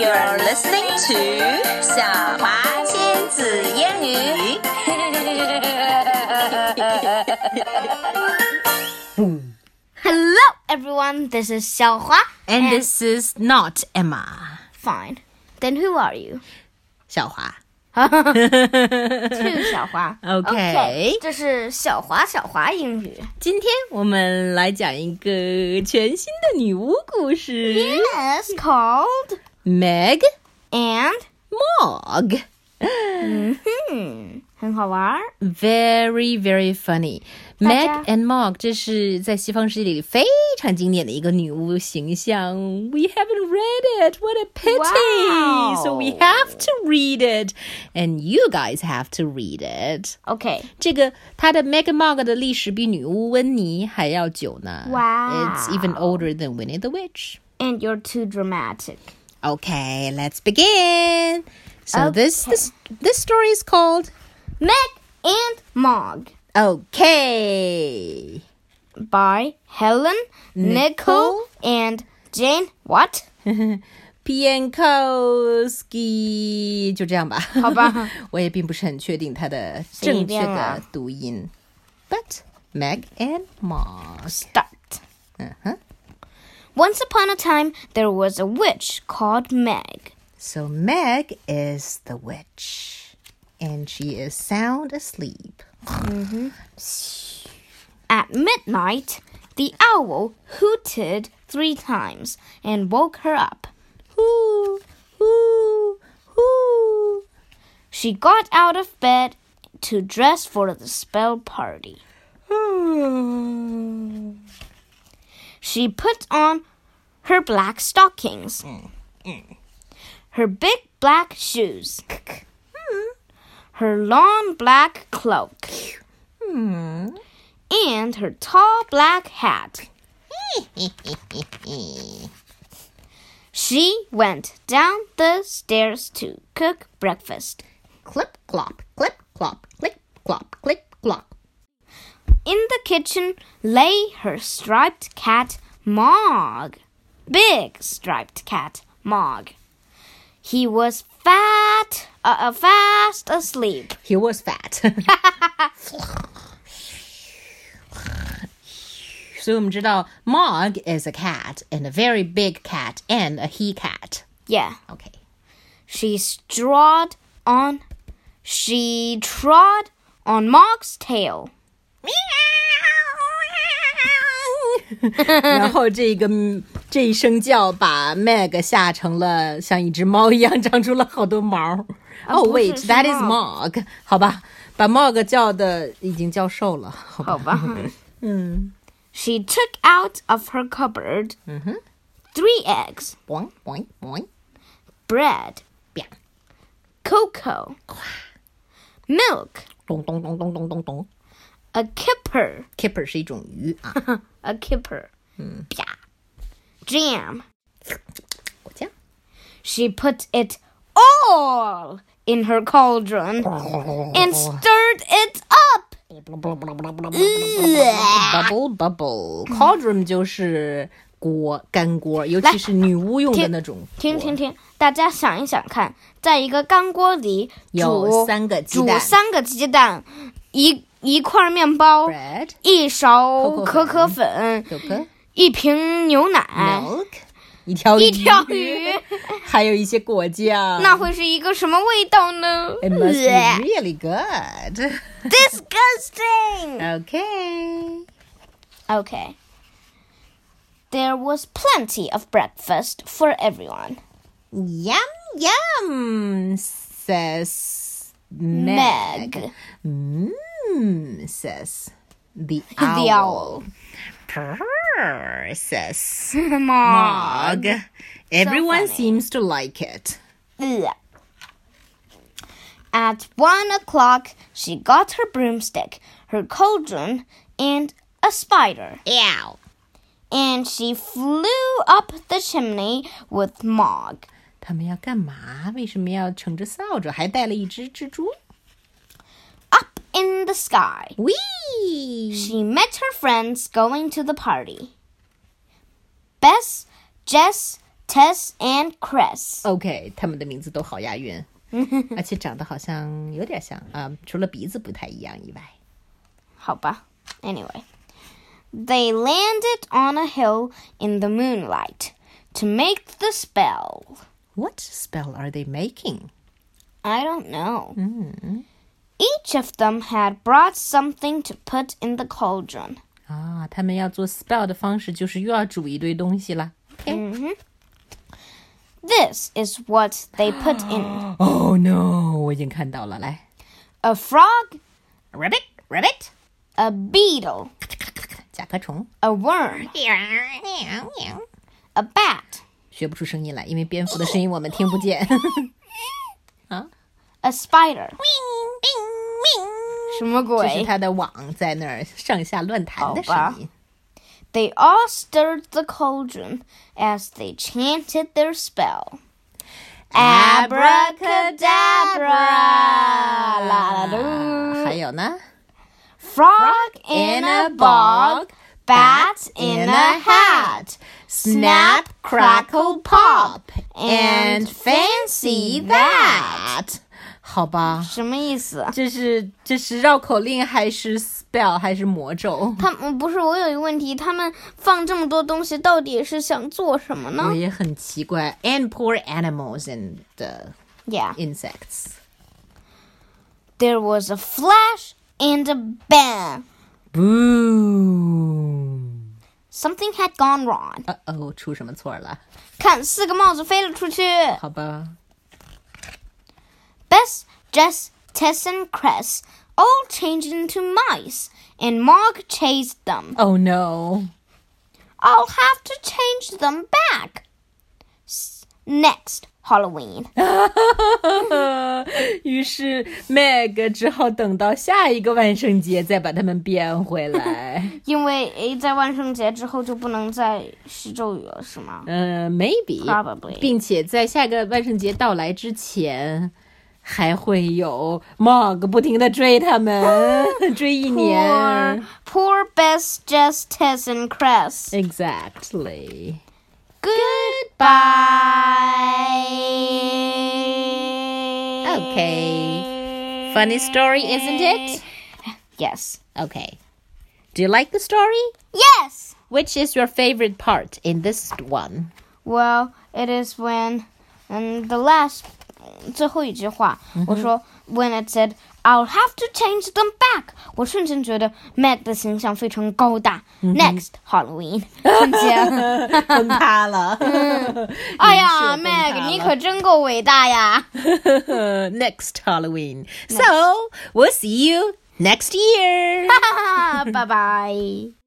You're listening to 小华亲子英语。 Hello, everyone. This is Xiaohua. And this is not Emma. Fine. Then who are you? 小华 To 小华。 OK。这是小华小华英语。今天我们来讲一个全新的女巫故事 It's called ，Meg and Mog。mm-hmm, 很好玩。Yes, Very, very funny. 大 Meg 家 and Mog，这是在西方世界里非常经典的一个女巫形象。We haven't read it. What a pity. So we Wow. have to read it, and you guys have to read it. Okay. 这个它的 Meg and Mog 的历史比女巫温妮还要久呢。哇 It's even older than Winnie the Witch. And you're too dramatic. Okay, let's begin. So this this this story is called Meg and Mog Okay. by Helen Nicole, and Jane. What? Piankowski，就这样吧。好吧， 我也并不是很确定它的随正便确啦的读音。But Meg and Mog， Stopped. 嗯哼。 Once upon a time, there was a witch called Meg. So Meg is the witch, and she is sound asleep. At midnight, the owl hooted three times and woke her up. Hoo, hoo, hoo. She got out of bed to dress for the spell party. She put on her black stockings, her big black shoes, her long black cloak, Hmm. and her tall black hat. She went down the stairs to cook breakfast. Clip clop, clip clop, clip clop, clip clop. In the kitchen lay her striped cat, Mog. Big striped cat, Mog. He was fat, uh, uh, fast asleep. He was fat. 所以我们知道 Mog is a cat and a very big cat and a he cat. Yeah, Okay. she trod on, she trod on Mog's tail. 然后这个嗯这一声叫把 Meg 吓成了像一只猫一样长出了好多毛。oh 不是 wait, 是 that is Mog Mog，好吧，把 Mog 叫的已经叫瘦了，好吧。 she took out of her cupboard three eggs, 咣咣咣， bread, 啪， cocoa, milk, 咚咚咚咚咚咚咚。 a kipper, Kipper 是一种鱼 啊， a kipper, Hmm. yeah, jam. 果酱。 She put it all in her cauldron and stirred it up. Bubble bubble 嗯 cauldron 就是锅干锅，尤其是女巫用的那种听锅听听，大家想一想看，在一个干锅里有煮三个鸡煮蛋三个鸡蛋，一一块面包， bread 一勺可可可可粉，有个一瓶牛奶， milk，一条鱼哎一条 鱼，还有一些果酱。那会是一个什么味道呢 It must be really good. Disgusting. Okay. Okay. There was plenty of breakfast for everyone. Yum yum says Meg. Meg, Mmm says the owl. the owl. Purr says Mom. Mog. Everyone funny. seems to like it. Ugh. At one o'clock, she got her broomstick, her cauldron, and a spider, Ow. and she flew up the chimney with Mog. 他们要干嘛？为什么要乘着扫帚，还带了一只蜘蛛？ Up in the sky, 喂 she met her friends going to the party. Bess, Jess, Tess and Cress. OK，他们的名字都好押 韵，而且长得好像有点像啊、除了鼻子不太一样以外。 Anyway, they landed on a hill in the moonlight to make the spell. What spell are they making? I don't know. Each of them had brought something to put in the cauldron. 啊，他们要做 spell 的方式就是又要煮一堆东西啦。 This is what they put in Oh no！我已经看到了，来 a frog, ，rabbit rabbit， a beetle, 咔嚓咔嚓咔嚓甲壳虫， a worm, 喵喵喵 a bat, 学不出声音来，因为蝙蝠的声音我们听不见。 a spider. 这什么鬼？是它的网在那儿上下乱弹的好声吧音。 They all stirred the cauldron as they chanted their spell. Abracadabra! La la doo. 啊还有呢 Frog in a bog, bat in a hat. Snap, crackle, pop, and fancy that. 好吧，什么意思？这是这是绕口令还是 spell 还是魔咒？他们不是我有一个问题，他们放这么多东西，到底是想做什么我呢也很奇怪。And poor animals and the ？Yeah, insects. there was a flash and a bang. Boom. Something had gone wrong. 哦哦，出什么错了？看，四个帽子飞了出去。好吧。 Bess, Jess, Tess, and Cress all changed into mice, and Mog chased them. Oh no. I'll have to change them back. S- next Halloween. 于是 Meg 只好等到下一个万圣节再把它们变回来。 因为诶，在万圣节之后就不能再施咒语了，是吗？呃，maybe， Probably 并且在下个万圣节到来之前，还会有 Mog 不停的追他 们，追一年 Poor, poor Bess, Jess, Tess, and Cress. ，exactly。 Goodbye. Okay. Funny story, isn't it? Yes. Okay. Do you like the story? Yes. Which is your favorite part in this one? Well, it is when, and the last, 最后一句话，我说 when it said I'll have to change them back. back，我瞬间觉得 Meg 的形象非常高大。Next Halloween，瞬间，崩塌了。哎呀人设崩塌，Meg，了。你可真够伟大呀！ Next Halloween. So we'll see you next year. 拜拜。